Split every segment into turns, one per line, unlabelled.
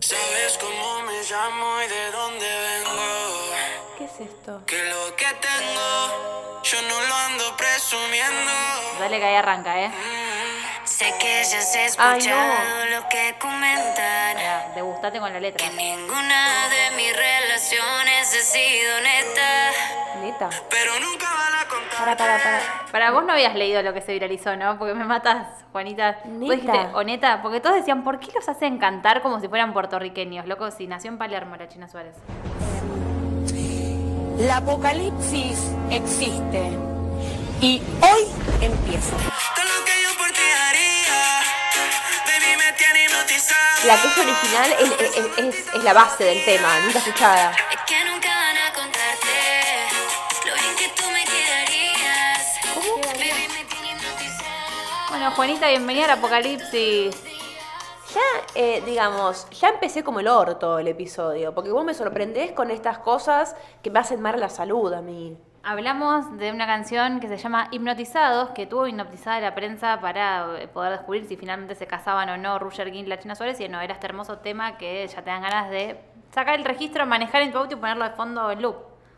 Sabes cómo me llamo y de dónde vengo.
¿Qué es esto?
Que lo que tengo, yo no lo ando presumiendo.
Dale que ahí arranca, ¿eh?
Sé que ya has
escuchado
lo que comentan.
Pará, degustate con la letra.
Que ninguna de mis relaciones he sido neta.
Neta.
Pero nunca van a contar.
Para, para, para.
Para vos no habías leído lo que se viralizó, ¿no? Porque me matas, Juanita. Vos
Neta.
dijiste, o neta, porque todos decían, ¿por qué los hacen cantar como si fueran puertorriqueños? Loco, si nació en Palermo la China Suárez.
El apocalipsis existe. Y hoy empieza.
Todo lo que yo por ti haría, baby, me tiene hipnotizado.
La que es original es, es- es- es la base del tema, nunca escuchada.
Es que nunca van a contarte lo bien que tú me quedarías. Baby, me tiene hipnotizado.
Bueno, Juanita, bienvenida al Apocalipsis.
Ya, eh, digamos, ya empecé como el orto el episodio, porque vos me sorprendés con estas cosas que me hacen mal a la salud a mí.
Hablamos de una canción que se llama Hipnotizados, que tuvo hipnotizada la prensa para eh, poder descubrir si finalmente se casaban o no Roger King y la China Suárez. Y no, era este hermoso tema que ya te dan ganas de sacar el registro, manejar en tu auto y ponerlo de fondo en loop.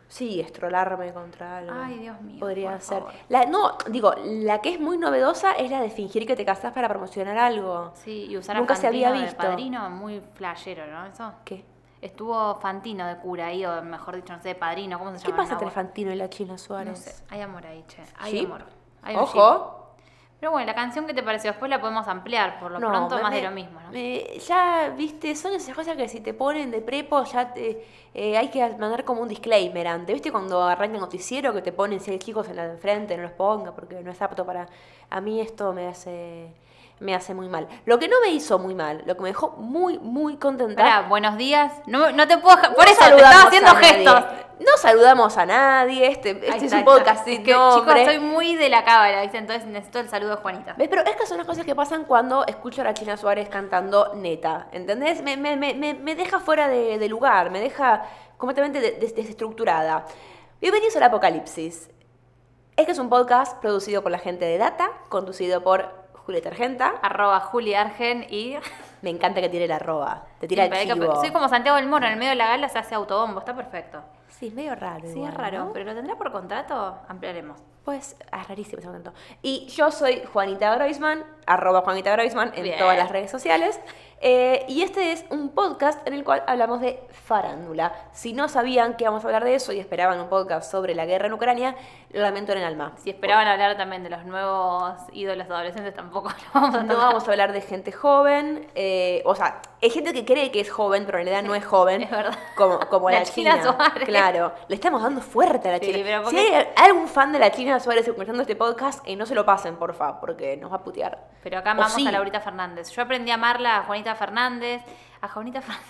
Sí, estrolarme contra algo.
Ay, Dios mío,
Podría
por
ser.
favor.
La, no, digo, la que es muy novedosa es la de fingir que te casás para promocionar algo.
Sí, y usar a
Nunca se
Fantino
había
de
visto.
padrino, muy flashero, ¿no? Eso.
¿Qué?
Estuvo Fantino de cura ahí, o mejor dicho, no sé, de padrino, ¿cómo se
¿Qué
llama?
pasa
No,
entre
bueno,
Fantino y la China
No
Suárez?
sé, hay amor ahí, che. Hay
¿Sí?
amor. Hay un
Ojo.
sí. Pero bueno, la canción que te pareció después la podemos ampliar, por lo
No,
pronto
me-
más de
me-
lo mismo, ¿no?
me- ya, viste, son esas cosas que si te ponen de prepo, ya te, eh, hay que mandar como un disclaimer antes. ¿Viste cuando arranca el noticiero que te ponen si hay chicos en la de enfrente, no los ponga porque no es apto para. A mí esto me hace. Me hace muy mal. Lo que no me hizo muy mal, lo que me dejó muy, muy contenta.
Pará, buenos días. No, no te puedo. dejar-
No
por eso te
saludamos
estaba haciendo
a nadie.
gestos.
No saludamos a nadie. Este, este
Ahí
es
está,
un
está.
podcast
Es
sin
que,
nombre.
Chicos, soy muy de la cábala, ¿viste? Entonces necesito el saludo de Juanita.
¿Ves? Pero estas son las cosas que pasan cuando escucho a la China Suárez cantando neta. ¿Entendés? Me, me- me- me- me deja fuera de, de lugar, me deja completamente de- des- desestructurada. Bienvenidos al Apocalipsis. Este es un podcast producido por la gente de Data, conducido por Julieta Argenta.
Arroba Juli Argen y.
Me encanta que tire la arroba, te tira el
Impecable.
chivo.
Soy como Santiago del Moro, en el medio de la gala se hace autobombo, está perfecto.
Sí, es medio raro.
Sí,
igual,
es raro,
¿no?
pero lo tendrá por contrato, ampliaremos.
Pues es rarísimo ese momento. Y yo soy Juanita Groisman, arroba Juanita Groisman en
Bien.
todas las redes sociales. Eh, y este es un podcast en el cual hablamos de farándula. Si no sabían que íbamos a hablar de eso y esperaban un podcast sobre la guerra en Ucrania, lo lamento en el alma.
Si esperaban hablar también de los nuevos ídolos adolescentes, tampoco lo vamos a
No
tocar.
vamos a hablar de gente joven. eh, o sea, hay gente que cree que es joven, pero en realidad no es joven.
es verdad.
Como, como la,
La China Suárez.
Claro. Le estamos dando fuerte a la
Sí,
China.
pero
Si
porque-
hay algún fan de la China Suárez escuchando este podcast, eh, no se lo pasen, porfa, porque nos va a putear.
Pero acá
O
amamos
sí.
a Laurita Fernández. Yo aprendí a amarla a Juanita Fernández, a Juanita Fernández.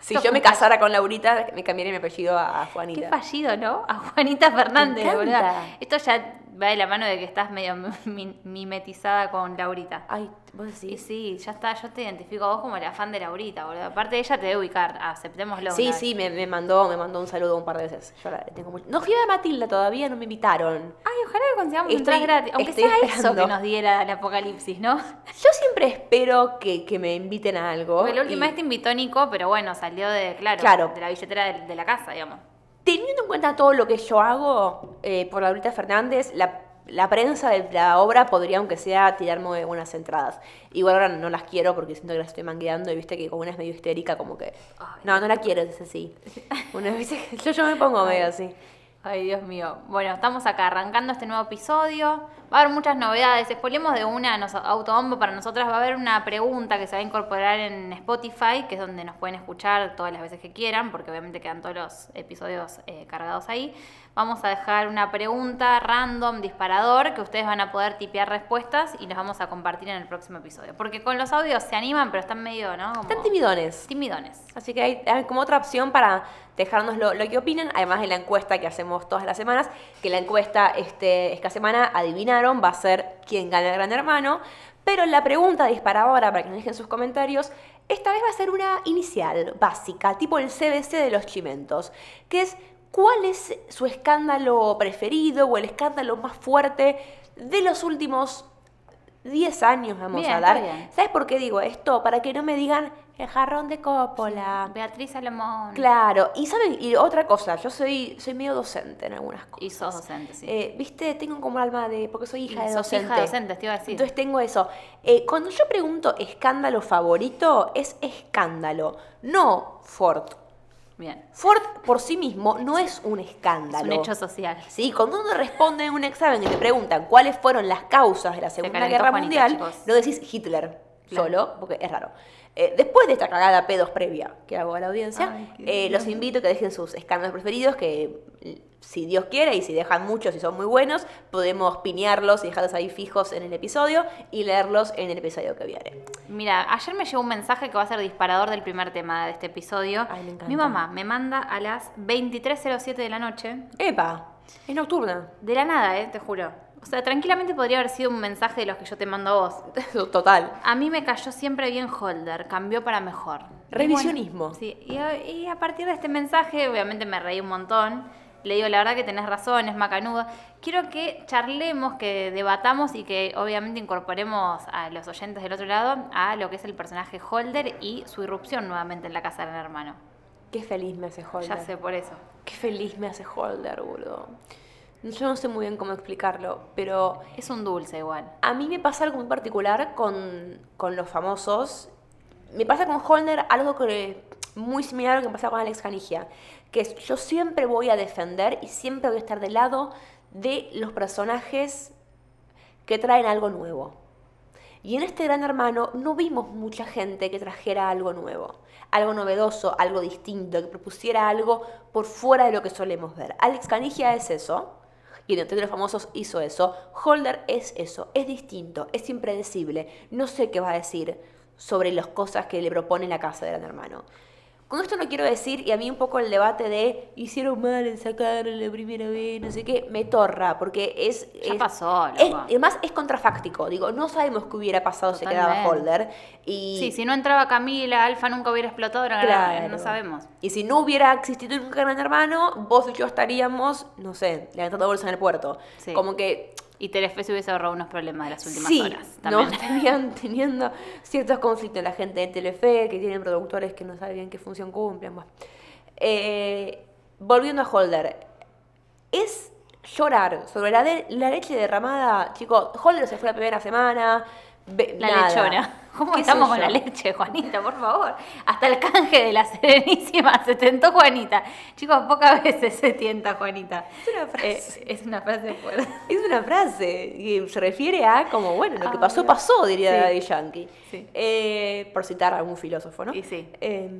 Si yo me casara con Laurita, me cambiaría mi apellido a a
Qué
Juanita.
fallido, ¿no? A Juanita Fernández,
encanta.
boluda. Esto ya va de la mano de que estás medio mi- mimetizada con Laurita.
Ay, vos
Sí,
decís.
sí, ya está. Yo te identifico a vos como la fan de Laurita, boludo. Aparte, ella te debe ubicar, aceptémoslo.
Sí,
una vez.
sí, me, me mandó, me mandó un saludo un par de veces. Yo la tengo mucho- No fui a Matilda todavía, no me invitaron.
Ay, ojalá que consigamos
Estoy-
entrar gratis. Aunque
estoy
sea eso
esperando.
que nos diera el apocalipsis, ¿no?
Yo siempre espero que, que me inviten a algo.
Porque la última
y-
vez te invitó Nico, pero bueno, salió de, claro,
Claro.
de la billetera de, de la casa, digamos.
Teniendo en cuenta todo lo que yo hago eh, por Laurita Fernández, la, la prensa de la obra podría, aunque sea, tirarme unas entradas. Igual ahora no las quiero porque siento que las estoy mangueando y viste que como una es medio histérica, como que.
Ay.
no, no la quiero, es así. Una vez yo, yo me pongo medio así.
Ay, Dios mío. Bueno, estamos acá arrancando este nuevo episodio. Va a haber muchas novedades. Spoilemos de una, nos autobombo para nosotras. Va a haber una pregunta que se va a incorporar en Spotify, que es donde nos pueden escuchar todas las veces que quieran, porque obviamente quedan todos los episodios eh, cargados ahí. Vamos a dejar una pregunta random, disparador, que ustedes van a poder tipear respuestas y las vamos a compartir en el próximo episodio. Porque con los audios se animan, pero están medio, ¿no? Como
Están timidones.
timidones.
Así que hay, hay como otra opción para dejarnos lo, lo que opinan, además de la encuesta que hacemos todas las semanas, que la encuesta este, esta semana, adivinaron, va a ser quién gana el Gran Hermano, pero la pregunta disparadora para que nos dejen sus comentarios, esta vez va a ser una inicial, básica, tipo el CBC de los chimentos, que es cuál es su escándalo preferido o el escándalo más fuerte de los últimos 10 años vamos
Bien,
a dar.
está bien.
¿Sabes por qué digo esto? Para que no me digan el jarrón de Coppola.
Beatriz Salomón.
Claro, y saben, y otra cosa, yo soy, soy medio docente en algunas cosas.
Y sos docente, sí.
Eh, Viste, tengo como alma de. porque soy hija
Y
de
sos
docente.
hija de docentes, te iba a decir.
Entonces tengo eso. Eh, cuando yo pregunto escándalo favorito, es escándalo, no Ford.
Bien.
Ford por sí mismo no es un escándalo.
Es un hecho social.
Sí, cuando uno responde en un examen y te preguntan cuáles fueron las causas de la Segunda
calentó
Guerra
Juanito,
Mundial,
chicos.
no decís Hitler
Claro.
solo, porque es raro. Eh, después de esta cagada pedos previa que hago a la audiencia,
Ay, qué
eh, los invito a que dejen sus escándalos preferidos, que eh, si Dios quiere y si dejan muchos y son muy buenos, podemos pinearlos y dejarlos ahí fijos en el episodio y leerlos en el episodio que viene.
Mira, ayer me llegó un mensaje que va a ser disparador del primer tema de este episodio.
Ay, me encanta.
Mi mamá me manda a las 23.07 de la noche.
¡Epa! Es nocturna.
De la nada, eh, te juro. O sea, tranquilamente podría haber sido un mensaje de los que yo te mando a vos.
Total.
A mí me cayó siempre bien Holder, cambió para mejor. Y
Revisionismo.
bueno, sí, y a, y a partir de este mensaje, obviamente me reí un montón. Le digo, la verdad que tenés razón, es macanudo. Quiero que charlemos, que debatamos y que obviamente incorporemos a los oyentes del otro lado a lo que es el personaje Holder y su irrupción nuevamente en la casa del hermano.
Qué feliz me hace Holder.
Ya sé por eso.
Qué feliz me hace Holder, boludo. Yo no sé muy bien cómo explicarlo, pero
Es un dulce igual.
a mí me pasa algo muy particular con, con los famosos. Me pasa con Holder algo que, muy similar a lo que me pasa con Alex Canigia, que es yo siempre voy a defender y siempre voy a estar del lado de los personajes que traen algo nuevo. Y en este gran hermano no vimos mucha gente que trajera algo nuevo, algo novedoso, algo distinto, que propusiera algo por fuera de lo que solemos ver. Alex Canigia es eso, y en el Teatro de los Famosos hizo eso. Holder es eso, es distinto, es impredecible, no sé qué va a decir sobre las cosas que le propone la casa del gran hermano. Con esto no quiero decir, y a mí un poco el debate de hicieron mal en sacar la primera vez, no sé qué, me torra, porque es...
Ya
es-
pasó,
es-
loco.
Además es contrafáctico, digo, no sabemos qué hubiera pasado si quedaba
Totalmente.
Holder. Y,
Sí, si no entraba Camila, Alfa nunca hubiera explotado, la
Claro.
no sabemos.
Y si no hubiera existido nunca Gran Hermano, vos y yo estaríamos, no sé, levantando bolsas en el puerto.
Sí.
Como que
Y Telefe se hubiese ahorrado unos problemas de las últimas
sí,
horas.
¿no?
También.
Estarían teniendo ciertos conflictos la gente de Telefe, que tienen productores que no saben bien qué función cumplen. bueno. Eh, volviendo a Holder, es llorar sobre la, de- la leche derramada. Chicos, Holder se fue la primera semana. ve-
La
nada.
lechona. ¿Cómo
¿Qué
estamos
sé
con la
yo?
leche, Juanita? Por favor. Hasta el canje de la Serenísima se tentó Juanita. Chicos, pocas veces se tienta Juanita.
Es una frase.
Eh, es una frase fuerte.
Es una frase que se refiere a como, bueno, lo que
Ah,
pasó,
mira.
pasó, diría
Sí.
Daddy Yankee.
Sí.
Eh, por citar a algún filósofo, ¿no?
Y sí.
Eh,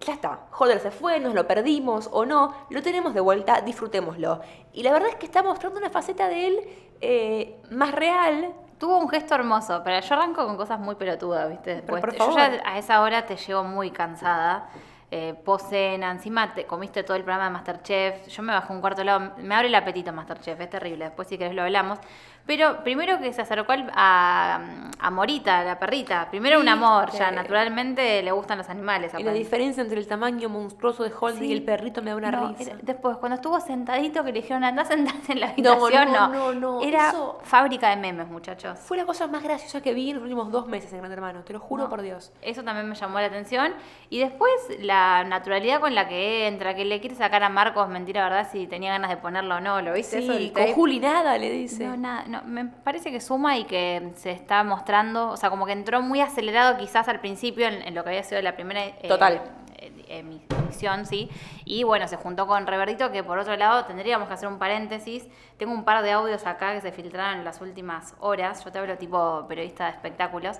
ya está, Holder se fue, nos lo perdimos o no, lo tenemos de vuelta, disfrutémoslo. Y la verdad es que está mostrando una faceta de él eh, más real.
Tuvo un gesto hermoso, pero yo arranco con cosas muy pelotudas, ¿viste? Después,
por
yo
favor.
ya a esa hora te llevo muy cansada. Eh, posena, encima te comiste todo el programa de Masterchef. Yo me bajé un cuarto lado, me abre el apetito Masterchef, es terrible. Después, si querés, lo hablamos. Pero primero que se acercó al- a, a Morita, a la perrita. Primero un amor, ya
Viste.
naturalmente le gustan los animales.
Y la
aparte.
diferencia entre el tamaño monstruoso de Holder y
Sí.
el perrito me da una
No,
risa.
era- después, cuando estuvo sentadito, que le dijeron andá sentarse en la
No,
habitación,
no,
no.
no, no,
Era
eso-
fábrica de memes, muchachos.
Fue la cosa más graciosa que vi en los últimos dos meses en Gran Hermano, te lo juro
No,
por Dios.
Eso también me llamó la atención. Y después la naturalidad con la que entra, que le quiere sacar a Marcos, mentira, ¿verdad? Si tenía ganas de ponerlo o no, ¿lo viste? eso del
con
tape?
Juli nada le dice.
No, nada, no, me parece que suma y que se está mostrando, o sea, como que entró muy acelerado quizás al principio en, en lo que había sido la primera eh,
Total.
eh, emi- emisión, sí. Y bueno, se juntó con Reverdito, que por otro lado tendríamos que hacer un paréntesis. Tengo un par de audios acá que se filtraron en las últimas horas. Yo te hablo tipo periodista de espectáculos.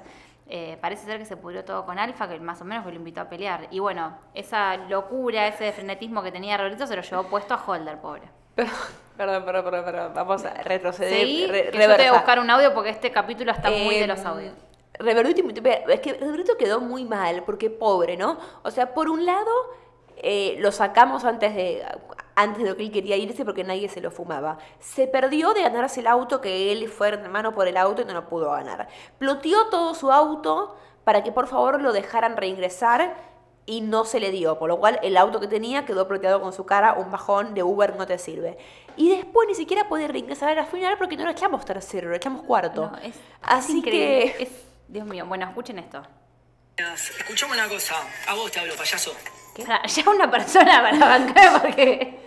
Eh, parece ser que se pudrió todo con Alfa, que más o menos que lo invitó a pelear. Y bueno, esa locura, ese frenetismo que tenía Reverdito se lo llevó puesto a Holder, pobre.
Perdón, perdón, perdón, perdón, perdón. Vamos a retroceder.
Seguí,
re-
que yo te voy a
reversar.
buscar un audio porque este capítulo está muy de los
Em,
audios.
Reveruto y Mutupe- es que Reveruto quedó muy mal, porque pobre, ¿no? O sea, por un lado, eh, lo sacamos antes de antes de lo que él quería irse porque nadie se lo fumaba. Se perdió de ganarse el auto que él fue hermano por el auto y no lo pudo ganar. Ploteó todo su auto para que por favor lo dejaran reingresar y no se le dio, por lo cual el auto que tenía quedó proteado con su cara, un bajón de Uber no te sirve. Y después ni siquiera puede reingresar a la final porque no lo echamos tercero, lo echamos cuarto.
No, es- es
Em, Así
increíble.
que...
Es- Dios mío, bueno, escuchen esto.
Escuchame una cosa. A vos te hablo, payaso.
O sea, ya una persona para bancar porque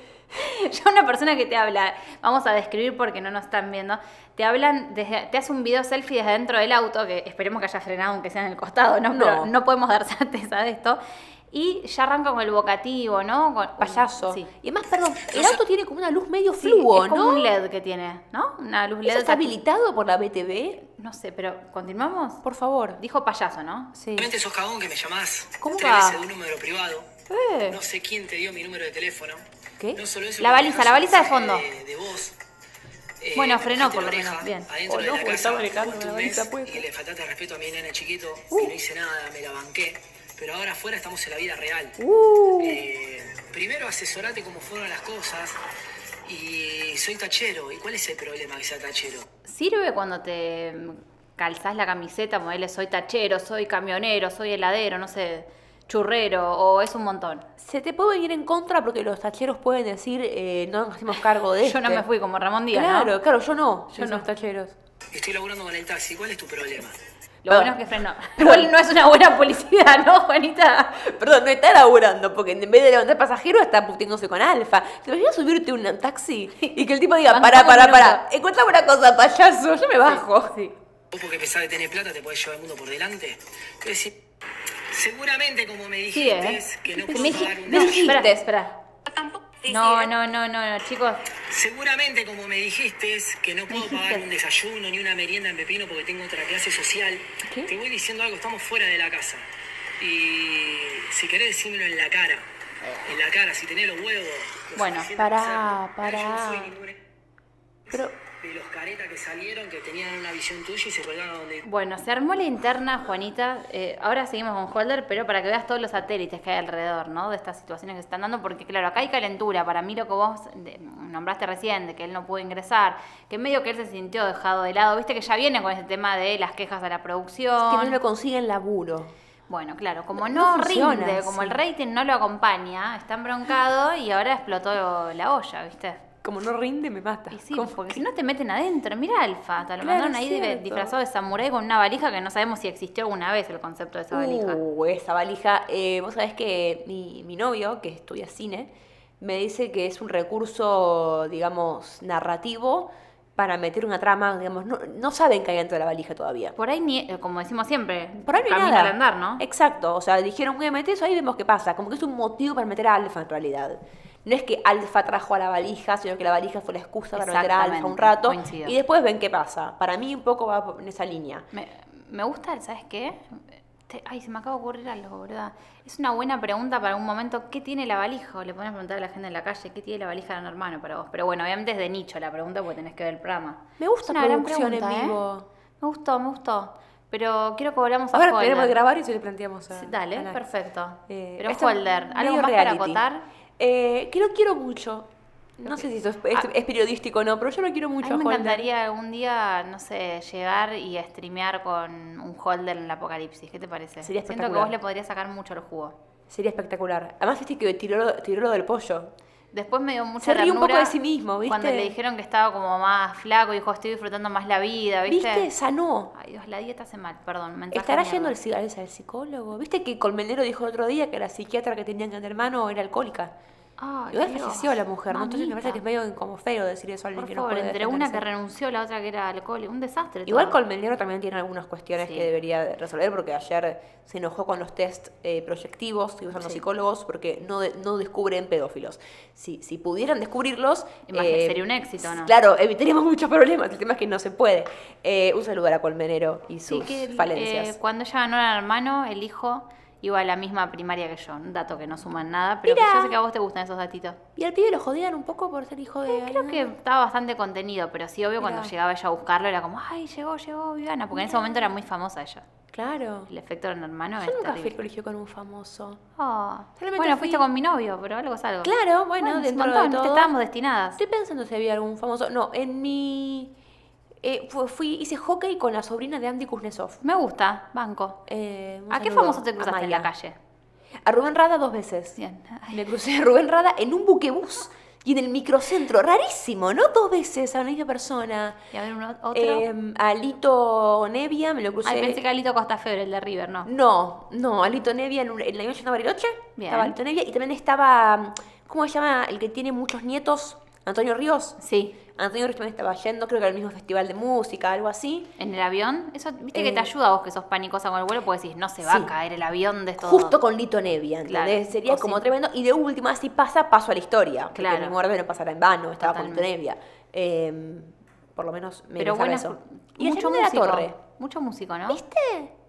ya una persona que te habla, vamos a describir porque no nos están viendo, te hablan desde, te hace un video selfie desde dentro del auto, que esperemos que haya frenado aunque sea en el costado, ¿no?
No.
Pero no podemos dar certeza de esto. Y ya arranca con el vocativo, ¿no? Con,
Payaso.
Sí.
Y además, perdón, el
Eso-
auto tiene como una luz medio
Sí,
fluo,
es como
¿no?
un LED que tiene, ¿no? Una luz LED.
¿Eso está
que-
habilitado por la BTV?
No sé, pero ¿continuamos?
Por favor.
Dijo payaso, ¿no?
Sí.
Realmente sos cagón que me llamás.
¿Cómo
Tres
va?
veces de un número privado.
Eh.
No sé quién te dio mi número de teléfono.
¿Qué?
No solo eso,
La
me
baliza,
dejás
la
un
baliza de
mensaje
fondo.
De, de voz. Eh,
Bueno,
me
frenó
dejaste
por
la
lo menos,
oreja
bien.
adentro
Oh,
de la
no, porque
casa,
estaba manejando
jugaste
una
un mes
baliza puesta.
Y le faltaste al respeto a mi nena chiquito.
Uh.
Y no hice nada, me la banqué. Pero ahora afuera estamos en la vida real.
Uh.
Eh, primero asesorate cómo fueron las cosas. Y soy tachero. ¿Y cuál es el problema que sea tachero?
¿Sirve cuando te mm, calzás la camiseta, modelo soy tachero, soy camionero, soy heladero, no sé, churrero, o es un montón?
Se te puede venir en contra porque los tacheros pueden decir, eh, no nos hacemos cargo de
Yo no
este.
me fui como Ramón Díaz, ¿no?
Claro, claro, yo no. Yo
no.
los tacheros.
Estoy laburando con el taxi. ¿Cuál es tu problema?
Lo bueno es que frenó. Igual no es una buena publicidad, ¿no, Juanita?
Perdón, no está laburando, porque en vez de levantar pasajeros está puteándose con alfa. ¿Te imaginas subirte a un taxi y que el tipo diga,
Bancame
pará, pará,
un
pará,
minuto".
encuentra una cosa, payaso, yo me bajo?
Sí.
Vos porque pensás que tenés plata te podés llevar el mundo por delante. Pero si- seguramente como me
Sí,
dijiste
¿eh?
es que no
Me
puedo
dij-
pagar un
me
auto.
dijiste, espera, espera.
Tampoco te
No,
sigue.
no, no, no, no, chicos.
Seguramente como me dijiste es que no puedo pagar
dijiste.
un desayuno ni una merienda en Pepino porque tengo otra clase social.
¿Qué?
Te voy diciendo algo, estamos fuera de la casa. Y si querés decírmelo en la cara. En la cara, si tenés los huevos. lo
Bueno,
suficiente
pará,
para hacerlo.
pará.
Yo no soy ningún-
Pero,
de los caretas que salieron que tenían una visión tuya y se colgaron donde
Bueno, se armó la interna, Juanita. Eh, ahora seguimos con Holder, pero para que veas todos los satélites que hay alrededor, ¿no? De estas situaciones que se están dando, porque claro, acá hay calentura. Para mí lo que vos de- nombraste recién, de que él no pudo ingresar, que medio que él se sintió dejado de lado, viste que ya viene con ese tema de las quejas a la producción.
que no lo consiguen laburo.
Bueno, claro,
No,
como no,
no funciona,
rinde, como
sí.
el rating no lo acompaña, está embroncado y ahora explotó la olla, ¿viste?
Como no rinde, me mata.
Y sí,
Como
porque
que-
si no te meten adentro. Mira Alfa, te lo
Claro,
mandaron ahí
es cierto.
de- disfrazado de samurái con una valija que no sabemos si existió alguna vez el concepto de esa valija.
Uh, esa valija. Eh, Vos sabés que mi, mi novio, que estudia cine, me dice que es un recurso, digamos, narrativo para meter una trama, digamos, no, no saben que hay dentro de la valija todavía.
Por ahí, ni, eh, como decimos siempre,
Por ahí no hay
camino
nada.
al andar, ¿no?
Exacto, o sea, dijeron que meter eso, ahí vemos qué pasa. Como que es un motivo para meter a Alfa en realidad. No es que Alfa trajo a la valija, sino que la valija fue la excusa para meter a Alfa un
Exactamente,
rato.
coincido.
Y después ven qué pasa. Para mí un poco va en esa línea.
Me, me gusta, ¿sabes qué? Te- ay, se me acaba de ocurrir algo, ¿verdad? Es una buena pregunta para un momento. ¿Qué tiene la valija? O le pones a preguntar a la gente en la calle, ¿qué tiene la valija de un hermano para vos? Pero bueno, obviamente es de nicho la pregunta porque tenés que ver el programa.
Me gusta
Es una gran
producción en
pregunta, ¿eh?
vivo.
Me gustó, me gustó. Pero quiero que volvamos a
Ahora
Holder.
tenemos que grabar y se le planteamos a.
Sí, dale,
a la-
perfecto.
Eh,
Pero
esto
Holder,
medio
¿algo más
reality.
para acotar?
Eh, que lo quiero mucho. No sé si eso es, es-
Ah.
es periodístico o no, pero yo lo quiero mucho.
a mí me
Holder.
encantaría algún día, no sé, llegar y streamear con un Holder en el apocalipsis. ¿Qué te parece?
Sería
Siento que
espectacular.
vos le podrías sacar mucho el jugo.
Sería espectacular. Además, viste que tiró, lo- tiró lo del pollo.
Después me dio mucha
Se ríe un poco
ternura
de sí mismo, ¿viste?
Cuando le dijeron que estaba como más flaco y dijo, estoy disfrutando más la vida, ¿viste?
¿Viste? Sanó.
Ay, Dios, la dieta hace mal, perdón. mensaje
¿Estará
de
yendo al,
mierda.
psi- al- al psicólogo? ¿Viste que Colmenero dijo el otro día que la psiquiatra que tenía en el hermano era alcohólica?
Ay,
Igual
Dios,
falleció la mujer, ¿no? Entonces me parece
mamita.
que es medio como feo decir eso a alguien
Por
que
favor,
no puede
entre una que
defenderse.
renunció, la otra que era alcohólica. Un desastre.
Igual
todo.
Colmenero también tiene algunas cuestiones
Sí.
que debería resolver, porque ayer se enojó con los test eh, proyectivos que usan los
Sí.
psicólogos porque no, de- no descubren pedófilos. Si, si pudieran descubrirlos... eh,
Imagínate, sería un éxito, ¿no?
Claro, evitaríamos muchos problemas. El tema es que no se puede. Eh, un saludo a la Colmenero y
Sí,
sus
que el-
falencias.
eh, cuando ella ganó al hermano, el hijo iba a la misma primaria que yo. Un dato que no suman nada, pero que
Mirá.
yo sé que a vos te gustan esos datitos.
Y al pibe lo jodían un poco por ser hijo de...
Eh, Creo que estaba bastante contenido, pero sí, obvio, cuando
Mirá.
llegaba ella a buscarlo era como, ay, llegó, llegó Viviana, porque en ese momento era muy famosa ella.
Claro.
El efecto del hermano
Yo
es
nunca fui al
terrible.
colegio con un famoso.
Oh.
Solamente
Bueno,
fui-
fuiste con mi novio, pero algo es algo.
Claro, bueno,
es un
dentro de
montón, ¿viste?
todo.
estábamos destinadas.
Estoy pensando si había algún famoso. No, en mi. eh, fu- fui, hice hockey con la sobrina de Andy Kuznetsov.
Me gusta, banco.
Eh, un
¿A qué
saludo
famoso te cruzaste en la
Maya.
calle?
A Rubén Rada dos veces.
Bien. Ay.
Me crucé a Rubén Rada en un buquebús y en el microcentro. Rarísimo, ¿no? Dos veces a una misma persona.
Y a ver, uno- otro.
Eh, a Lito Nevia me lo crucé.
Ay, pensé que Alito Costafebre, el de River, no.
No, no, Alito Nevia en, un- en la misma llamada Bariloche.
Bien.
Estaba Alito Nevia y también estaba, mm, ¿cómo se llama? El que tiene muchos nietos, Antonio Ríos.
Sí.
Antonio Ríos también estaba yendo, creo que al mismo festival de música, algo así.
¿En el avión? Eso, viste que te
Eh.
ayuda a vos que sos panicosa con el vuelo, porque decís, no se va
Sí.
a caer el avión de estos
Justo
dos.
con Lito Nevia, ¿entendés?
Claro,
Sería
o
como
sí.
tremendo. Y de última, si pasa, paso a la historia. Claro.
Claro.
Porque mi muerte no pasará en vano, estaba con Lito
Totalmente.
Nevia. Eh, por lo menos me pensaba
Pero bueno,
eso.
escu-
Y el
mucho
Jardín de la
músico.
Torre.
Mucho músico, ¿no?
¿Viste?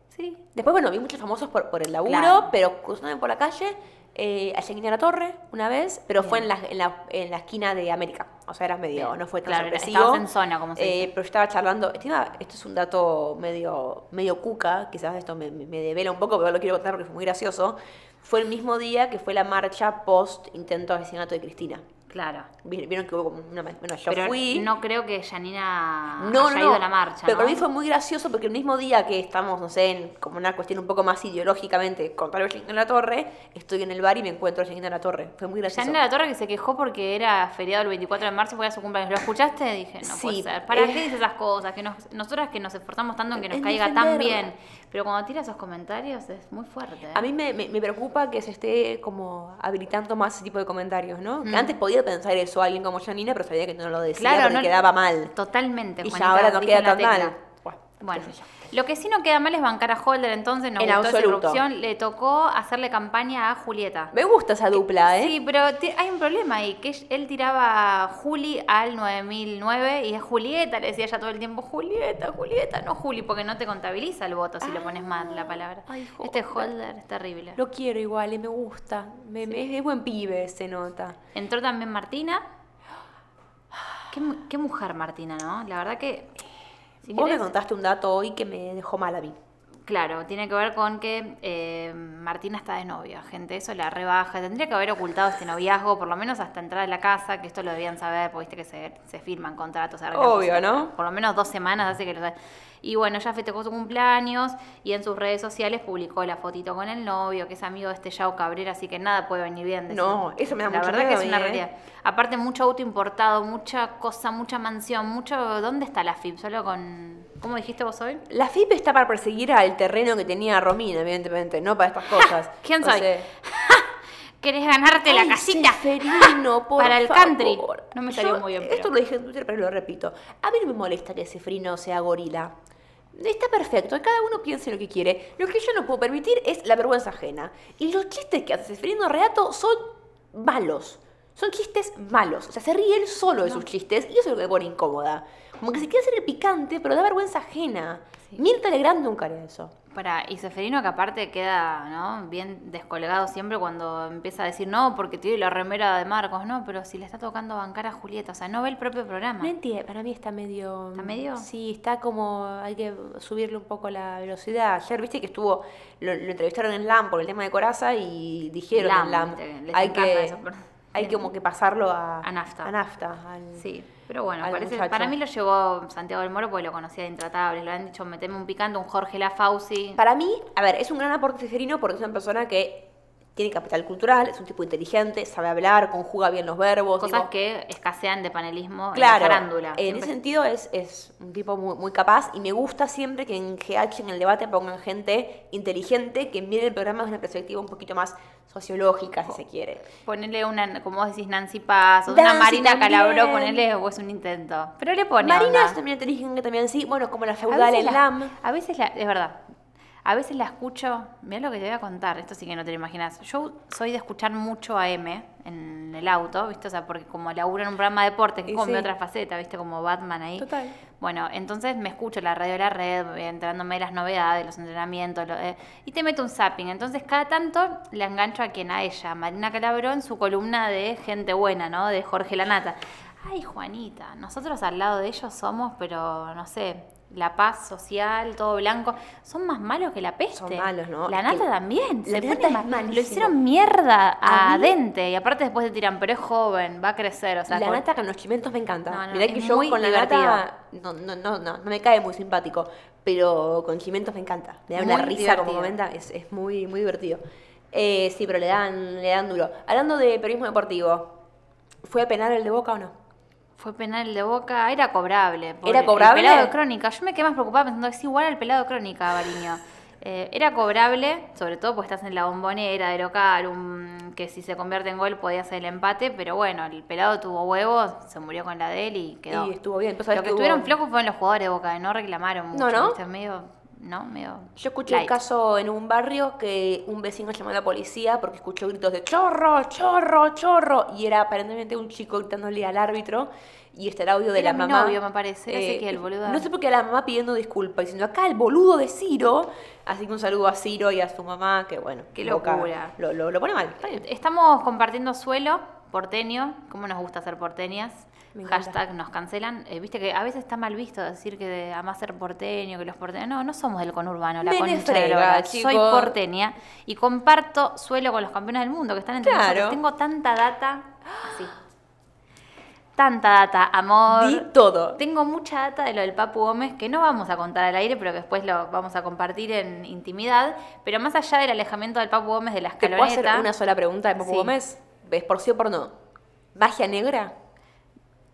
Sí.
Después, bueno, vi muchos famosos por, por el laburo,
Claro.
pero cruzándome por la calle, eh, a Yanguina La Torre una vez, pero fue en la, en, la, en la esquina de América. O sea, eras medio,
Bien.
no fue tan
Claro, era-
sorpresivo.
estabas en zona, como se
Eh,
dice.
Pero yo estaba charlando, encima, esto es un dato medio, medio cuca, quizás esto me, me- me devela un poco, pero lo quiero contar porque fue muy gracioso. Fue el mismo día que fue la marcha post intento de asesinato de Cristina.
Claro.
Vi- Vieron que hubo como una... Bueno, yo
Pero
fui...
no creo que Janina
No,
Ah, haya
no,
ido a la marcha.
Pero
¿no?
para mí fue muy gracioso porque el mismo día que estamos, no sé, en como una cuestión un poco más ideológicamente contra el en la Torre, estoy en el bar y me encuentro a en la Torre. Fue muy gracioso.
Yanina La Torre que se quejó porque era feriado el 24 de marzo, fue a su cumpleaños. ¿Lo escuchaste? Dije, no
Sí,
puede ser. ¿Para
eh.
qué dices esas cosas? Que nos- nosotras que nos esforzamos tanto en que nos
En
caiga tan
defenderla.
bien. Pero cuando tira esos comentarios es muy fuerte. ¿eh?
A mí me, me- me preocupa que se esté como habilitando más ese tipo de comentarios, ¿no?
Mm.
Que antes podía pensar eso alguien como Janina, pero sabía que no lo decía porque quedaba mal.
Totalmente.
Y ya
Juanita,
ahora no
diste
queda
en la
tan
tecla.
mal. Bueno,
Bueno,
qué sé yo.
lo que sí no queda mal es bancar a Holder, entonces nos
En
gustó esa
absoluto.
irrupción. Le tocó hacerle campaña a Julieta.
Me gusta esa dupla, ¿eh?
Sí, pero ti- hay un problema ahí, que ell- él tiraba a Juli al 9009 y a Julieta le decía ya todo el tiempo, Julieta, Julieta, no Juli, porque no te contabiliza el voto si le pones mal la palabra.
Ah, ay,
este
Holder.
Holder es terrible.
Lo quiero igual, y me gusta. Me- me- es buen pibe, se nota.
Entró también Martina. Qué, mu- qué mujer Martina, ¿no? La verdad que... si
Vos
querés-
me contaste un dato hoy que me dejó mal a mí.
Claro, tiene que ver con que eh, Martina está de novia, gente, eso la rebaja. Tendría que haber ocultado este noviazgo, por lo menos hasta entrar a la casa, que esto lo debían saber, porque viste que se, se firman contratos. se arreglan
Obvio,
cosas.
¿no?
Por lo menos dos semanas hace que lo Y bueno, ya festejó su cumpleaños y en sus redes sociales publicó la fotito con el novio, que es amigo de este Yao Cabrera, así que nada puede venir bien. de
No,
su-
eso me da
La
mucho
verdad
miedo
que
a
es
mí,
una
¿eh?
realidad. Aparte, mucho auto importado, mucha cosa, mucha mansión, mucho... ¿Dónde está la FIP? Solo con... ¿Cómo dijiste vos hoy?
La FIP está para perseguir al terreno que tenía Romina, evidentemente, no para estas cosas.
¿Quién
O
soy?
sea,
¿Querés ganarte
¡ay,
la casita?
Ceferino, por
Para el
favor!
country. No me salió
Yo-
muy bien, pero-
Esto lo dije en Twitter, pero lo repito. A mí no me molesta que Sefrino sea gorila. Está perfecto, cada uno piense lo que quiere. Lo que yo no puedo permitir es la vergüenza ajena. Y los chistes que hace Sefrino Reato son malos. Son chistes malos. O sea, se ríe él solo de sus chistes y eso es lo que me pone incómoda. Como que se quiere hacer el picante, pero da vergüenza ajena.
Sí.
Mirta Legrand nunca haría eso.
Para, y Seferino que aparte queda, ¿no? Bien descolgado siempre cuando empieza a decir no, porque tiene la remera de Marcos, no, pero si le está tocando bancar a Julieta, o sea, no ve el propio programa.
No entiendo, para mí está medio...
¿Está medio?
Sí, está como... Hay que subirle un poco la velocidad. Ayer viste que estuvo... Lo, lo entrevistaron en LAM por el tema de Coraza y dijeron
LAM,
en LAM...
viste, les
hay
encanta
que,
eso, pero-
hay que como que pasarlo a...
A nafta.
A nafta. al-
Sí, pero bueno,
al
parece,
muchacho.
para mí lo llevó Santiago del Moro porque lo conocía de Intratables, lo han dicho, meteme un picante, un Jorge Lafauci.
Para mí, a ver, es un gran aporte Seferino porque es una persona que tiene capital cultural, es un tipo inteligente, sabe hablar, conjuga bien los verbos.
Cosas
digo,
que escasean de panelismo
Claro,
en la farándula.
en ese
Siempre-
sentido es, es un tipo muy, muy capaz y me gusta siempre que en GH, en el debate, pongan gente inteligente que mire el programa desde una perspectiva un poquito más sociológica,
Oh.
si se quiere.
Ponele una, como vos decís, Nancy Paz, o una
Nancy
Marina
también.
Calabró, ponele, o es un intento. Pero le pone
Marina
onda.
es también inteligente, también sí, bueno, como la
A
feudal
veces
en
la-
LAM.
A veces la, es verdad. A veces la escucho, mira lo que te voy a contar, esto sí que no te lo imaginas. Yo soy de escuchar mucho a M en el auto, ¿viste? O sea, porque como laburo en un programa de deportes, que
Y
es como mi
sí.
otra faceta, ¿viste? Como Batman ahí.
Total.
Bueno, entonces me escucho la radio de la red, voy enterándome de las novedades, los entrenamientos, lo- eh, y te meto un zapping. Entonces cada tanto la engancho a quien a ella, Marina Calabró, en su columna de Gente Buena, ¿no? De Jorge Lanata. Ay, Juanita, nosotros al lado de ellos somos, pero no sé, la paz social, todo blanco, son más malos que la peste.
Son malos, ¿no?
La
Es que
nata también.
la
se
nata
pone
es
ma- lo
malísimo.
hicieron mierda a,
A mí-
Dente, y aparte después te tiran, pero es joven, va a crecer, o sea,
la
con-
nata con los chimentos me encanta.
No, no,
Mirá
es
que yo
muy
con la
divertido.
nata no, no, no, no, no me cae muy simpático, pero con chimentos me encanta. Me da una
Muy
risa como
divertido.
comenta, es, es muy, muy divertido. Eh, sí, pero le dan, le dan duro. Hablando de periodismo deportivo, ¿fue a penal el de Boca o no?
Fue penal de boca, era cobrable. pobre.
¿Era cobrable?
El pelado de crónica. Yo me quedé más preocupada pensando es igual al pelado de crónica, Bariño. Eh, era cobrable, sobre todo porque estás en la bombonera de local, un- que si se convierte en gol podía ser el empate, pero bueno, el pelado tuvo huevos, se murió con la de él y quedó.
Y estuvo bien. Pues,
Lo
¿sabes
que,
qué hubo?
estuvieron flojos fueron los jugadores de Boca, no reclamaron
No,
mucho.
¿no?
¿viste? Medio, no, medio
Yo escuché un
light.
caso en un barrio que un vecino llamó a la policía porque escuchó gritos de chorro, chorro, chorro. Y era aparentemente un chico gritándole al árbitro. Y este era audio de la
Era mi
mamá. eh,
novio, me parece, era Ezequiel, boluda.
No sé por qué la mamá pidiendo disculpas, diciendo acá el boludo de Ciro. Así que un saludo a Ciro y a su mamá, que bueno,
Qué
Boca
locura.
Lo, lo- lo pone mal. Está bien.
Estamos compartiendo suelo porteño, como nos gusta ser porteñas.
Me encanta.
Hashtag nos cancelan. Eh, Viste que a veces está mal visto decir que de- amás ser porteño, que los porteños. No, no somos del conurbano, la
Me
concha de
nefrega,
la lora.
chicos.
Soy porteña y comparto suelo con los campeones del mundo que están entre
Claro.
nosotros. Tengo tanta data. Así. Tanta data, amor.
Di todo.
Tengo mucha data de lo del Papu Gómez que no vamos a contar al aire, pero que después lo vamos a compartir en intimidad. Pero más allá del alejamiento del Papu Gómez de la
¿Te puedo
escaloneta.
hacer una sola pregunta de Papu
Sí.
Gómez? ¿Ves por sí o por no? ¿Magia negra?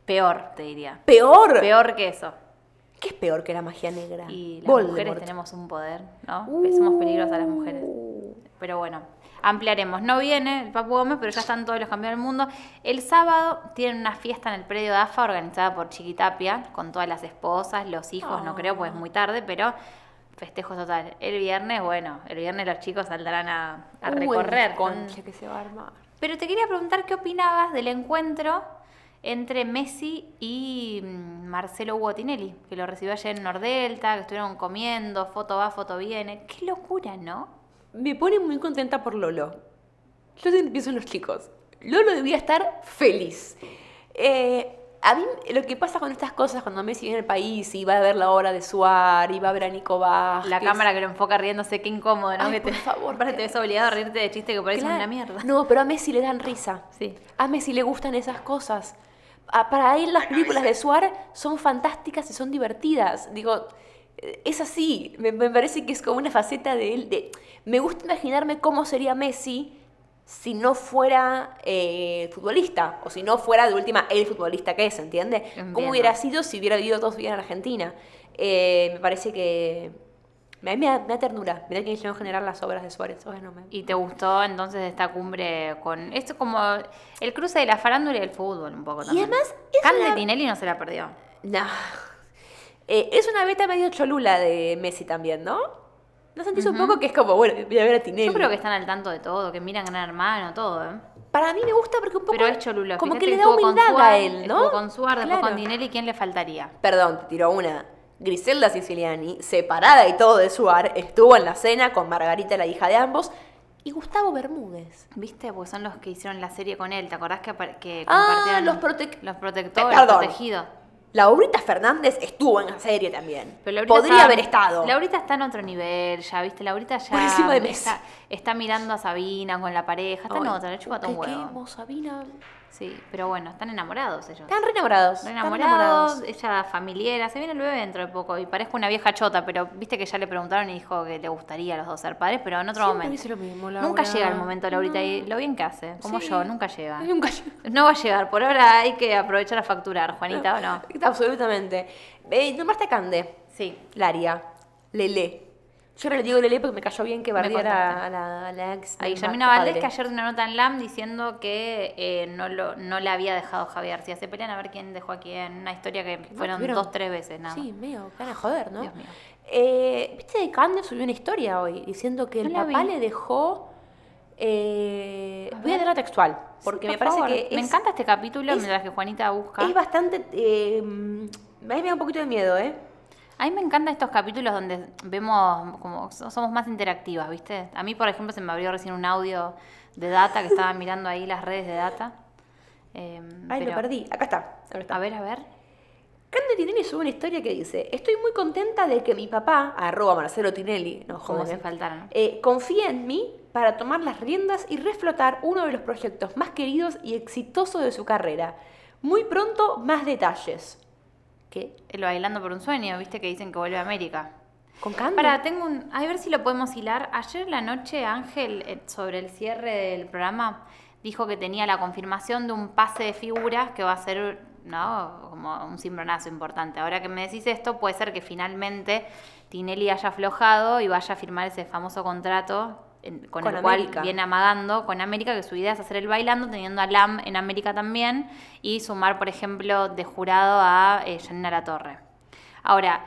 Peor, te diría.
¡Peor!
Peor que eso.
¿Qué es peor que la magia negra?
Y las mujeres
Voldemort.
tenemos un poder, ¿no? Que Somos peligrosas las mujeres.
Uh.
Pero bueno, ampliaremos. No viene el Papu Gómez, pero ya están todos los campeones del mundo. El sábado tienen una fiesta en el predio de AFA organizada por Chiquitapia, con todas las esposas, los hijos, no creo, pues es muy tarde, pero festejo total. El viernes, bueno, el viernes los chicos saldrán a, a
Uy,
recorrer.
Concha que se va a armar.
Pero te quería preguntar qué opinabas del encuentro entre Messi y mm, Marcelo Guotinelli, que lo recibió ayer en Nordelta, que estuvieron comiendo, foto va, foto viene. Qué locura, ¿no?
Me pone muy contenta por Lolo. Yo siempre pienso en los chicos. Lolo debía estar feliz. Eh, a mí lo que pasa con estas cosas cuando Messi viene al país y va a ver la hora de Suar y va a ver a Nico Vázquez.
La cámara que lo enfoca riéndose, qué incómodo, ¿no?
Ay,
que
por
te,
favor,
Aparte te ves obligado a reírte de chiste que parece
Claro.
una mierda.
No, pero a Messi le dan risa.
Sí.
A Messi le gustan esas cosas. A- para él las películas de Suar son fantásticas y son divertidas. Digo, eh, es así. Me, me parece que es como una faceta de él. de- me gusta imaginarme cómo sería Messi si no fuera eh, futbolista o si no fuera de última el futbolista que es, ¿entiende? ¿Cómo
Entiendo.
hubiera sido si hubiera vivido dos días en Argentina? Eh, me parece que... Me, me da, me da ternura. Mirá que hicieron generar las obras de Suárez. Bueno, me-
¿Y te gustó entonces esta cumbre con... Esto es como el cruce de la farándula y el fútbol un poco también.
además es
Cande
una-
Tinelli no se la perdió.
No. Eh, es una beta medio cholula de Messi también, ¿no? ¿No sentís un poco que es como, bueno, voy a ver a Tinelli?
Yo creo que están al tanto de todo, que miran Gran Hermano, todo, ¿eh?
Para mí me gusta porque un poco...
Pero es Cholulo.
Como
fíjate,
que le da
estuvo con
humildad
Suar,
a él, ¿no?
estuvo con Suar, después
Claro.
con Tinelli, ¿quién le faltaría?
Perdón, te tiró una. Griselda Siciliani, separada y todo de Suar, estuvo en la cena con Margarita, la hija de ambos, y Gustavo Bermúdez.
¿Viste? Porque son los que hicieron la serie con él. ¿Te acordás que, apar- que
Ah,
compartieron
los protec-
los protectores,
Eh, perdón.
protegidos?
Laurita Fernández estuvo en la serie también.
Pero Laurita
Podría
está-
haber estado.
Laurita está en otro nivel ya, ¿viste? Laurita ya
Por encima de Messi.
está, está mirando a Sabina con la pareja. Está en
Ay,
otra, le chupa todo un
qué- qué
huevo.
emo, Sabina.
Sí, pero bueno, están enamorados ellos.
Están re enamorados.
Re
están
enamorados, ella familiera, se viene el bebé dentro de poco y parezco una vieja chota, pero viste que ya le preguntaron y dijo que le gustaría a los dos ser padres, pero en otro
Siempre
momento.
dice lo mismo,
Nunca
Laura.
llega el momento, Laurita, y lo bien que hace, como
Sí.
yo, nunca llega.
Nunca llega.
No va a llegar, por ahora hay que aprovechar a facturar, Juanita, ¿o no?
Absolutamente. Eh, nombraste a Cande,
Sí.
Laria, Lele. Yo ahora le digo Lele porque me cayó bien que bardeara
contaste.
a la, a la ex.
A
de
Guillermina
Mar-
Valdés
padre.
que ayer dio una nota en LAM diciendo que eh, no, lo, no la había dejado Javier. Si se pelean a ver quién dejó a quién, una historia que
No,
fueron
tuvieron-
dos, tres veces, nada.
Sí,
más.
medio, cara de joder, ¿no?
Dios mío.
Eh, Viste que Cande subió una historia hoy diciendo que
No
el
la
papá
vi.
le dejó. eh, voy a leerla textual, porque
Sí,
me
por
parece
favor.
que.
Me
es-
encanta este capítulo
es-
mientras que Juanita busca.
Es bastante. eh, a mí me da un poquito de miedo, ¿eh?
A mí me encantan estos capítulos donde vemos como so- somos más interactivas, ¿viste? A mí, por ejemplo, se me abrió recién un audio de data que estaba mirando ahí las redes de data. Eh,
Ay,
pero-
lo perdí. Acá está. Acá está.
A ver, a ver.
Cande Tinelli sube una historia que dice: Estoy muy contenta de que mi papá, arroba Marcelo Tinelli, no
Como
jodas,
si faltara, ¿no?
eh, confía en mí para tomar las riendas y reflotar uno de los proyectos más queridos y exitosos de su carrera. Muy pronto, más detalles. ¿Qué?
Eh, El bailando por un sueño, ¿viste? Que dicen que vuelve a América.
¿Con cambio?
Para, tengo un. A ver si lo podemos hilar. Ayer en la noche, Ángel, eh, sobre el cierre del programa, dijo que tenía la confirmación de un pase de figuras que va a ser, ¿no? Como un cimbronazo importante. Ahora que me decís esto, puede ser que finalmente Tinelli haya aflojado y vaya a firmar ese famoso contrato. en- con,
Con
el
América.
cual viene amagando con América, que su idea es hacer el bailando, teniendo a Lam en América también, y sumar, por ejemplo, de jurado a eh, Janina La Torre. Ahora,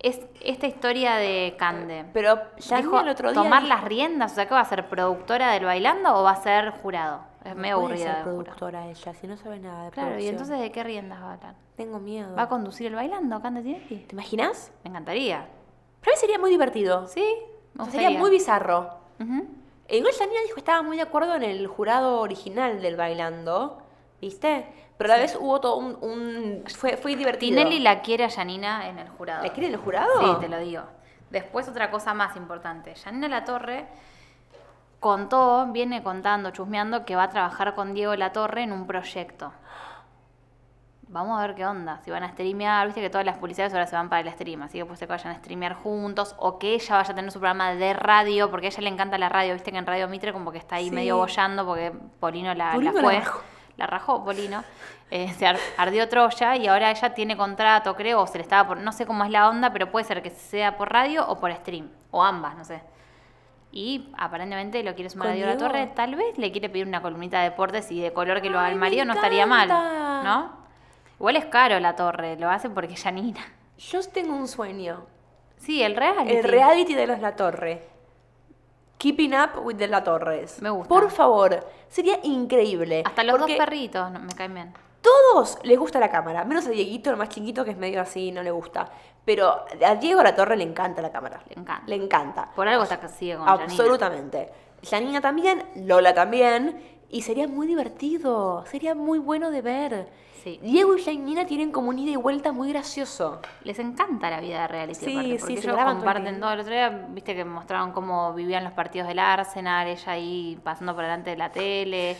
es esta historia de Cande.
Pero ya
dijo
el otro día.
tomar
dijo-
las riendas, o sea, que va a ser productora del bailando o va a ser jurado. Es medio
Puede
aburrida.
ser
de jurado.
productora ella, si no sabe nada de
Claro, y
producción.
entonces de qué riendas va a hablar.
Tengo miedo.
¿Va a conducir el bailando Cande Tinelli?
¿Te imaginas?
Me encantaría.
Para mí sería muy divertido.
Sí, me
O sea, sería
gustaría.
muy bizarro.
Ujú.
E igual Janina dijo que estaba muy de acuerdo en el jurado original del bailando, ¿viste? Pero a la vez hubo todo un... un- fue, fue divertido.
Tinelli la quiere a Janina en el jurado.
¿La quiere en el jurado?
Sí, te lo digo. Después otra cosa más importante. Janina Latorre contó, viene contando, chusmeando, que va a trabajar con Diego Latorre en un proyecto. Vamos a ver qué onda. Si van a streamear, viste que todas las publicidades ahora se van para el stream, así que puede ser que vayan a streamear juntos o que ella vaya a tener su programa de radio, porque a ella le encanta la radio, viste que en Radio Mitre como que está ahí
Sí.
medio bollando porque Polino la,
Polino
Ah, la
la
fue.
rajó.
La rajó Polino. Eh, se ar- ardió Troya y ahora ella tiene contrato, creo, o se le estaba por. No sé cómo es la onda, pero puede ser que sea por radio o por stream. O ambas, no sé. Y aparentemente lo quiere sumar a
¿Con
Diego La
Diego?
Torre. Tal vez le quiere pedir una columnita de deportes y de color que lo haga
Ay,
el
me
marido, no estaría mal.
encanta.
¿No? Igual es caro la torre, lo hacen porque Janina.
Yo tengo un sueño.
Sí, el reality.
El reality de los La Torre. Keeping up with the La Torres.
Me gusta.
Por favor, sería increíble.
Hasta los
Porque
dos perritos no, me caen bien.
Todos les gusta la cámara, menos a Dieguito, el más chiquito, que es medio así, no le gusta. Pero a Diego La Torre le encanta la cámara.
Le encanta.
Le encanta.
Por algo está que sigue con Janina.
Absolutamente. Janina también, Lola también. Y sería muy divertido, sería muy bueno de ver.
Sí.
Diego y Janina tienen como un ida y vuelta muy gracioso.
Les encanta la vida de reality.
Sí,
aparte,
sí,
porque
se
ellos
graban todo el
comparten
tiempo.
todo. El otro día, viste que mostraron cómo vivían los partidos del Arsenal, ella ahí pasando por delante de la tele.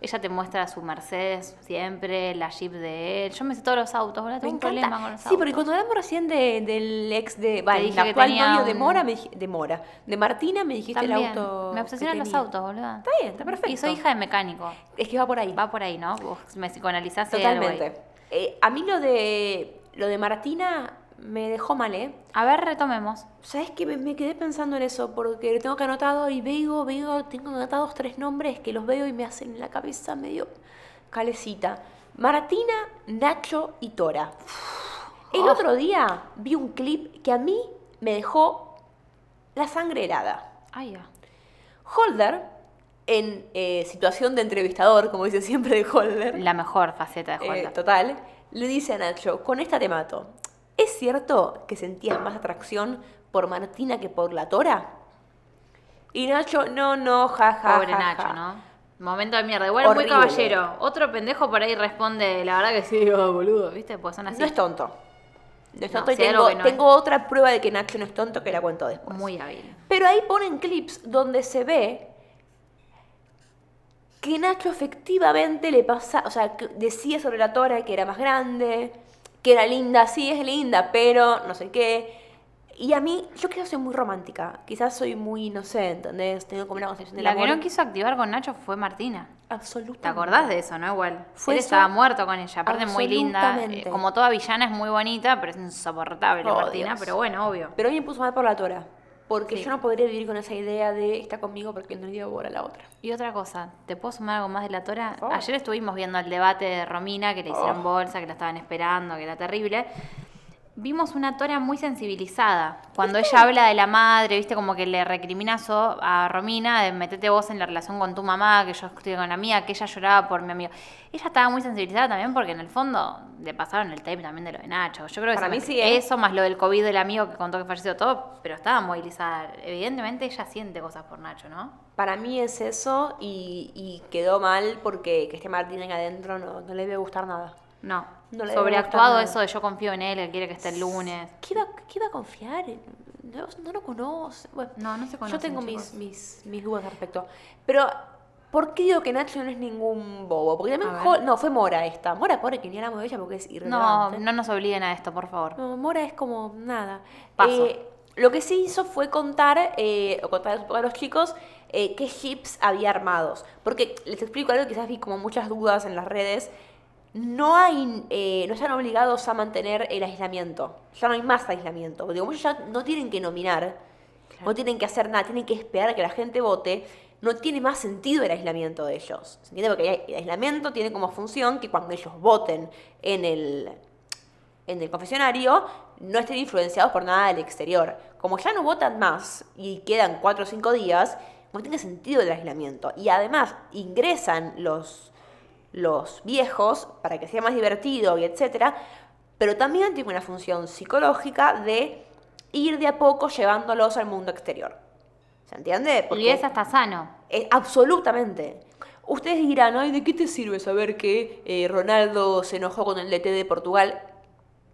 Ella te muestra su Mercedes siempre, la Jeep de él. Yo me sé todos los autos, ¿verdad?
Me
Tengo un
encanta.
problema con los
sí,
autos.
porque cuando hablamos recién de- del ex de. va, el
dije que
actual
tenía
novio de
un-
Mora, me dij- de Mora. De Martina me dijiste el
También.
auto.
Me
que
obsesionan los
tenía.
autos, boludo.
Está bien, está perfecto.
Y soy hija de mecánico.
Es que va por ahí.
Va por ahí, ¿no? Vos me psicoanalizás y algo ahí.
Totalmente. Eh, a mí lo de lo de Martina me dejó mal, ¿eh?
A ver, retomemos.
¿Sabes que me, me quedé pensando en eso? Porque lo tengo que anotado y veo, veo, tengo anotados tres nombres que los veo y me hacen la cabeza medio calecita. Martina, Nacho y Tora. El otro día vi un clip que a mí me dejó la sangre helada.
Ay, ya.
Holder, en eh, situación de entrevistador, como dice siempre de Holder.
La mejor faceta de
Eh,
Holder.
total, le dice a Nacho, con esta te mato. ¿Es cierto que sentías más atracción por Martina que por la Tora? Y Nacho, no, no, jaja.
Pobre Nacho, ¿no? Momento de mierda. Igual
Horrible.
muy caballero. Otro pendejo por ahí responde, la verdad que sí, ah, boludo, ¿viste? Pues son así.
No es tonto. No es
No,
tonto y
si hay algo
tengo,
que no
tengo otra prueba de que Nacho no es tonto que la cuento después.
Muy hábil.
Pero ahí ponen clips donde se ve que Nacho efectivamente le pasa, o sea, que decía sobre la Tora que era más grande, que era linda, sí es linda, pero no sé qué. Y a mí, yo creo que soy muy romántica, quizás soy muy, no sé, ¿entendés? Tengo como una concepción de
La que no quiso activar con Nacho fue Martina.
Absolutamente.
¿Te acordás de eso, no? Igual.
Fue
Él
eso.
estaba muerto con ella. Aparte, muy linda. eh,
Absolutamente.
como toda villana, es muy bonita, pero es insoportable,
Oh,
Martina.
Dios.
Pero bueno, obvio.
Pero a mí me puso mal por la Tora, porque
Sí.
yo no podría vivir con esa idea de está conmigo porque no le dio bola a la otra.
Y otra cosa, ¿te puedo sumar algo más de la Tora?
favor. Oh.
Ayer estuvimos viendo el debate de Romina, que le hicieron bolsa, que la estaban esperando, que era terrible. Vimos una Tora muy sensibilizada. Cuando ella habla de la madre, viste, como que le recrimina so- a Romina de metete vos en la relación con tu mamá, que yo estoy con la mía, que ella lloraba por mi amigo. Ella estaba muy sensibilizada también porque en el fondo le pasaron el tape también de lo de Nacho. Yo creo que
Para
se
mí
mezcla-
sí, ¿eh?
eso más lo del COVID del amigo que contó que falleció todo, pero estaba movilizada. Evidentemente ella siente cosas por Nacho, ¿no?
Para mí es eso y, y quedó mal porque que este Martín ahí adentro no, no le debe gustar nada.
No.
No le debe
Sobreactuado
gustar nada.
eso de yo confío en él, que quiere que esté el lunes.
¿Qué iba, qué iba a confiar? No, no lo conoce. Bueno,
No, no se
Yo
conocen,
tengo mis,
chicos.
mis, mis dudas al respecto. Pero, ¿por qué digo que Nacho no es ningún bobo? Porque también...
A ver.
Hol- No, fue Mora esta. Mora, pobre, que ni hablamos de ella porque es
No,
irrelevante.
no nos obliguen a esto, por favor.
No, Mora es como nada.
Paso.
Eh, Lo que sí hizo fue contar, eh, o contar un poco a los chicos, eh, qué hips había armados. Porque les explico algo, quizás vi como muchas dudas en las redes. No hay, eh, no están obligados a mantener el aislamiento. Ya no hay más aislamiento. Porque como ellos ya no tienen que nominar, no tienen que hacer nada, tienen que esperar a que la gente vote. No tiene más sentido el aislamiento de ellos. ¿Se entiende? Porque el aislamiento tiene como función que cuando ellos voten en el, en el confesionario no estén influenciados por nada del exterior. Como ya no votan más y quedan cuatro o cinco días, no tiene sentido el aislamiento. Y además ingresan los, los viejos para que sea más divertido y etcétera, pero también tiene una función psicológica de ir de a poco llevándolos al mundo exterior. ¿Se entiende?
Y es hasta sano.
Eh, absolutamente. Ustedes dirán, ay, ¿de qué te sirve saber que eh, Ronaldo se enojó con el DT de Portugal?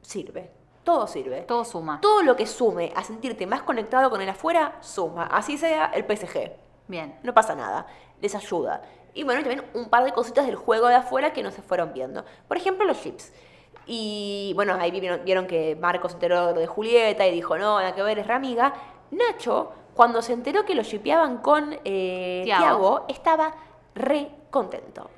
Sirve. Todo sirve.
Todo suma.
Todo lo que sume a sentirte más conectado con el afuera, suma. Así sea el PSG.
Bien.
No pasa nada. Les ayuda. Y bueno, y también un par de cositas del juego de afuera que no se fueron viendo. Por ejemplo, los chips. Y bueno, ahí vieron, vieron que Marcos se enteró de lo de Julieta y dijo, no, nada que ver, es ramiga. Nacho, cuando se enteró que lo shipeaban con eh,
Tiago.
Tiago, estaba re contento.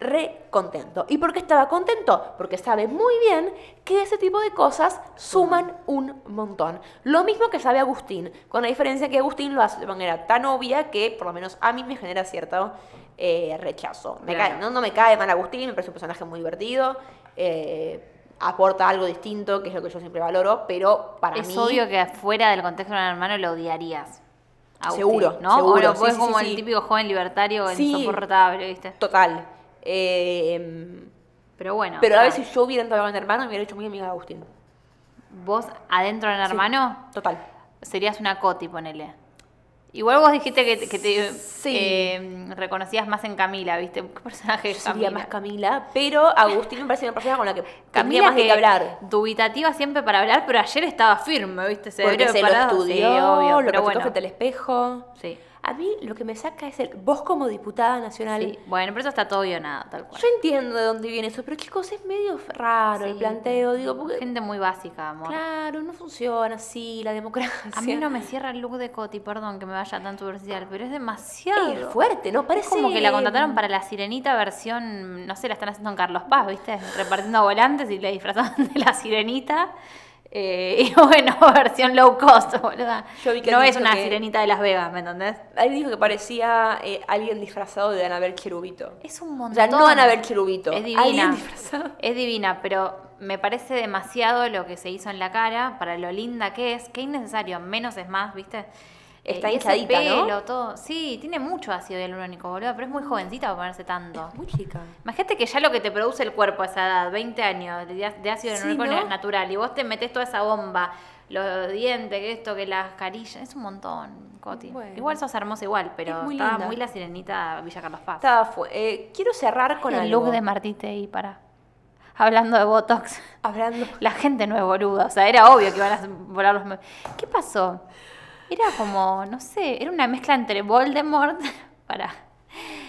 Re contento. ¿Y por qué estaba contento? Porque sabe muy bien que ese tipo de cosas suman un montón. Lo mismo que sabe Agustín, con la diferencia que Agustín lo hace de manera tan obvia que por lo menos a mí me genera cierto eh, rechazo. Me
Claro.
cae, no, no me cae mal Agustín, me parece un personaje muy divertido, eh, aporta algo distinto, que es lo que yo siempre valoro, pero para
es
mí...
obvio que fuera del contexto de un hermano lo odiarías. Agustín,
Seguro,
¿no?
seguro,
Bueno,
sí,
pues
sí,
como
sí,
el
sí.
típico joven libertario
Sí.
insoportable, ¿viste?
Total. Eh,
Pero bueno.
pero
o
a
sea,
veces si yo hubiera entrado en hermano, me hubiera hecho muy amiga de Agustín.
Vos adentro del hermano
Total.
serías una Coti, ponele. Igual vos dijiste que, te- que te
Sí.
eh, reconocías más en Camila, ¿viste? ¿Qué personaje
Yo
es
sería
Camila?
más Camila, pero Agustín me parece una persona con la que tendría
Camila
más de
que
qué hablar.
dubitativa siempre para hablar, pero ayer estaba firme, ¿viste?
Porque
Cerebro
se lo
parado.
estudió,
sí, obvio,
lo
pero
practicó
bueno.
frente al espejo.
Sí,
A mí lo que me saca es el vos como diputada nacional.
sí. Bueno, pero eso está todo guionado, tal cual.
Yo entiendo de dónde viene eso, pero chicos, es medio raro el
Sí.
planteo. Digo, porque
Gente muy básica, amor.
claro, no funciona así la democracia.
A mí no me cierra el look de Coti, perdón que me vaya tan superficial, pero es demasiado.
Es fuerte, ¿no?
Es
Parece
como que la contrataron para la sirenita versión, no sé, la están haciendo en Carlos Paz, ¿viste? Repartiendo volantes y la disfrazaban de la sirenita. Eh, y bueno, versión low cost, boluda.
Yo vi que
no
alguien
es
dijo
una
que-
sirenita de Las Vegas, ¿me entendés?
Alguien dijo que parecía eh, alguien disfrazado de Anabel Cherubito.
Es un
O
montón.
sea, no Anabel Cherubito.
Es
Alguien
divina.
disfrazado.
Es divina, pero me parece demasiado lo que se hizo en la cara para lo linda que es. Qué innecesario. Menos es más, ¿viste? Eh,
Está
y ese
hinchadita, ¿no?
pelo, todo. Sí, tiene mucho ácido hialurónico, boludo, pero es muy jovencita para ponerse tanto.
Muy chica.
Imagínate que ya lo que te produce el cuerpo a esa edad, 20 años de, de ácido
Sí,
hialurónico
¿no?
natural, y vos te metes toda esa bomba, los dientes, que esto, que las carillas, es un montón, Coti.
Bueno.
Igual sos hermosa igual, pero
Es muy
estaba
linda.
muy la sirenita Villa Carlos Paz.
Estaba fu- eh, quiero cerrar con
el
algo.
look de Martite y para. Hablando de Botox.
Hablando.
La gente no es boluda, o sea, era obvio que iban a volar los... me- ¿Qué pasó? Era como, no sé, era una mezcla entre Voldemort para...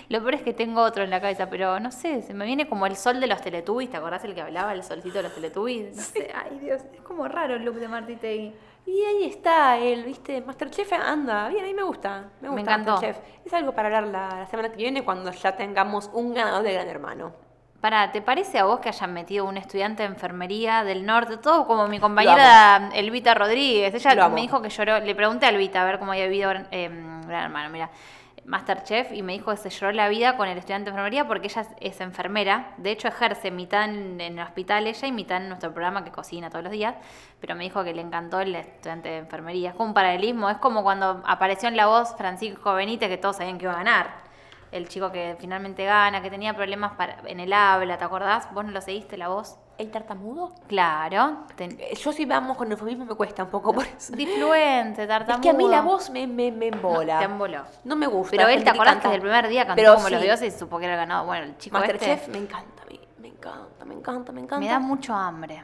Lo peor es que tengo otro en la cabeza, pero no sé, se me viene como el sol de los Teletubbies, ¿te acordás el que hablaba, el solcito de los Teletubbies? No sé, ay Dios, es como raro el look de Marty Tegui.
Y ahí está él, ¿viste? Masterchef anda. Bien, a mí me gusta. Me
Me
gusta
encantó.
Masterchef. Es algo para hablar la, la semana que viene cuando ya tengamos un ganador de Gran Hermano.
Pará, ¿te parece a vos que hayan metido un estudiante de enfermería del norte? Todo como mi compañera Elvita Rodríguez.
Lo
Ella
amo.
me dijo que lloró. Le pregunté a Elvita a ver cómo había vivido eh, Gran Hermano, mira, Masterchef, y me dijo que se lloró la vida con el estudiante de enfermería porque ella es, es enfermera. De hecho, ejerce mitad en, en el hospital ella y mitad en nuestro programa que cocina todos los días. Pero me dijo que le encantó el estudiante de enfermería. Es como un paralelismo. Es como cuando apareció en la voz Francisco Benítez que todos sabían que iba a ganar el chico que finalmente gana, que tenía problemas para- en el habla, ¿te acordás? ¿Vos no lo seguiste la voz?
¿El tartamudo?
Claro. ten-
Eh, Yo si vamos con eufemismo me cuesta un poco por eso.
Difluente, tartamudo.
Es que a mí la voz me, me, me embola.
No, te emboló.
No me gusta.
Pero
la
él,
gente
¿te
que
acordás que
canta.
desde el primer día cantó
Pero
como los
sí,
dioses y supo que era ganado? Bueno, el chico
Masterchef
este
me encanta a mí. Me encanta, me encanta, me encanta.
me da mucho hambre.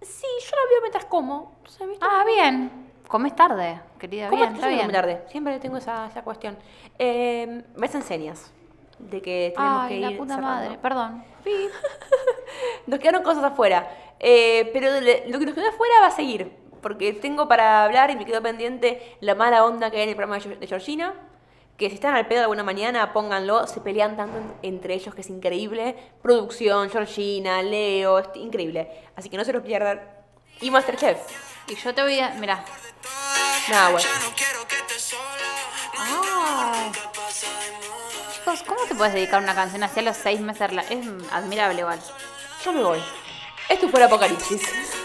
Sí, yo la veo mientras como. O sea, ¿viste?
Ah, bien. Comes tarde, querida.
¿Cómo te
bien, está
muy
bien.
tarde? Siempre tengo esa, esa cuestión. Eh, me hacen señas de que tenemos
Ay,
que
la
ir
puta
cerrando.
madre. Perdón.
Nos quedaron cosas afuera. Eh, pero de- lo que nos quedó afuera va a seguir. porque tengo para hablar y me quedo pendiente la mala onda que hay en el programa de Geor- de Georgina. Que si están al pedo alguna mañana, pónganlo. Se pelean tanto en- entre ellos que es increíble. Producción, Georgina, Leo, es increíble. Así que no se los pierdan. Y Masterchef.
Y yo te voy a. Mirá.
Nada, bueno.
Ah. Chicos, ¿cómo te puedes dedicar una canción así a los seis meses? de rela- Es admirable, igual.
Yo me voy. Esto fue el apocalipsis.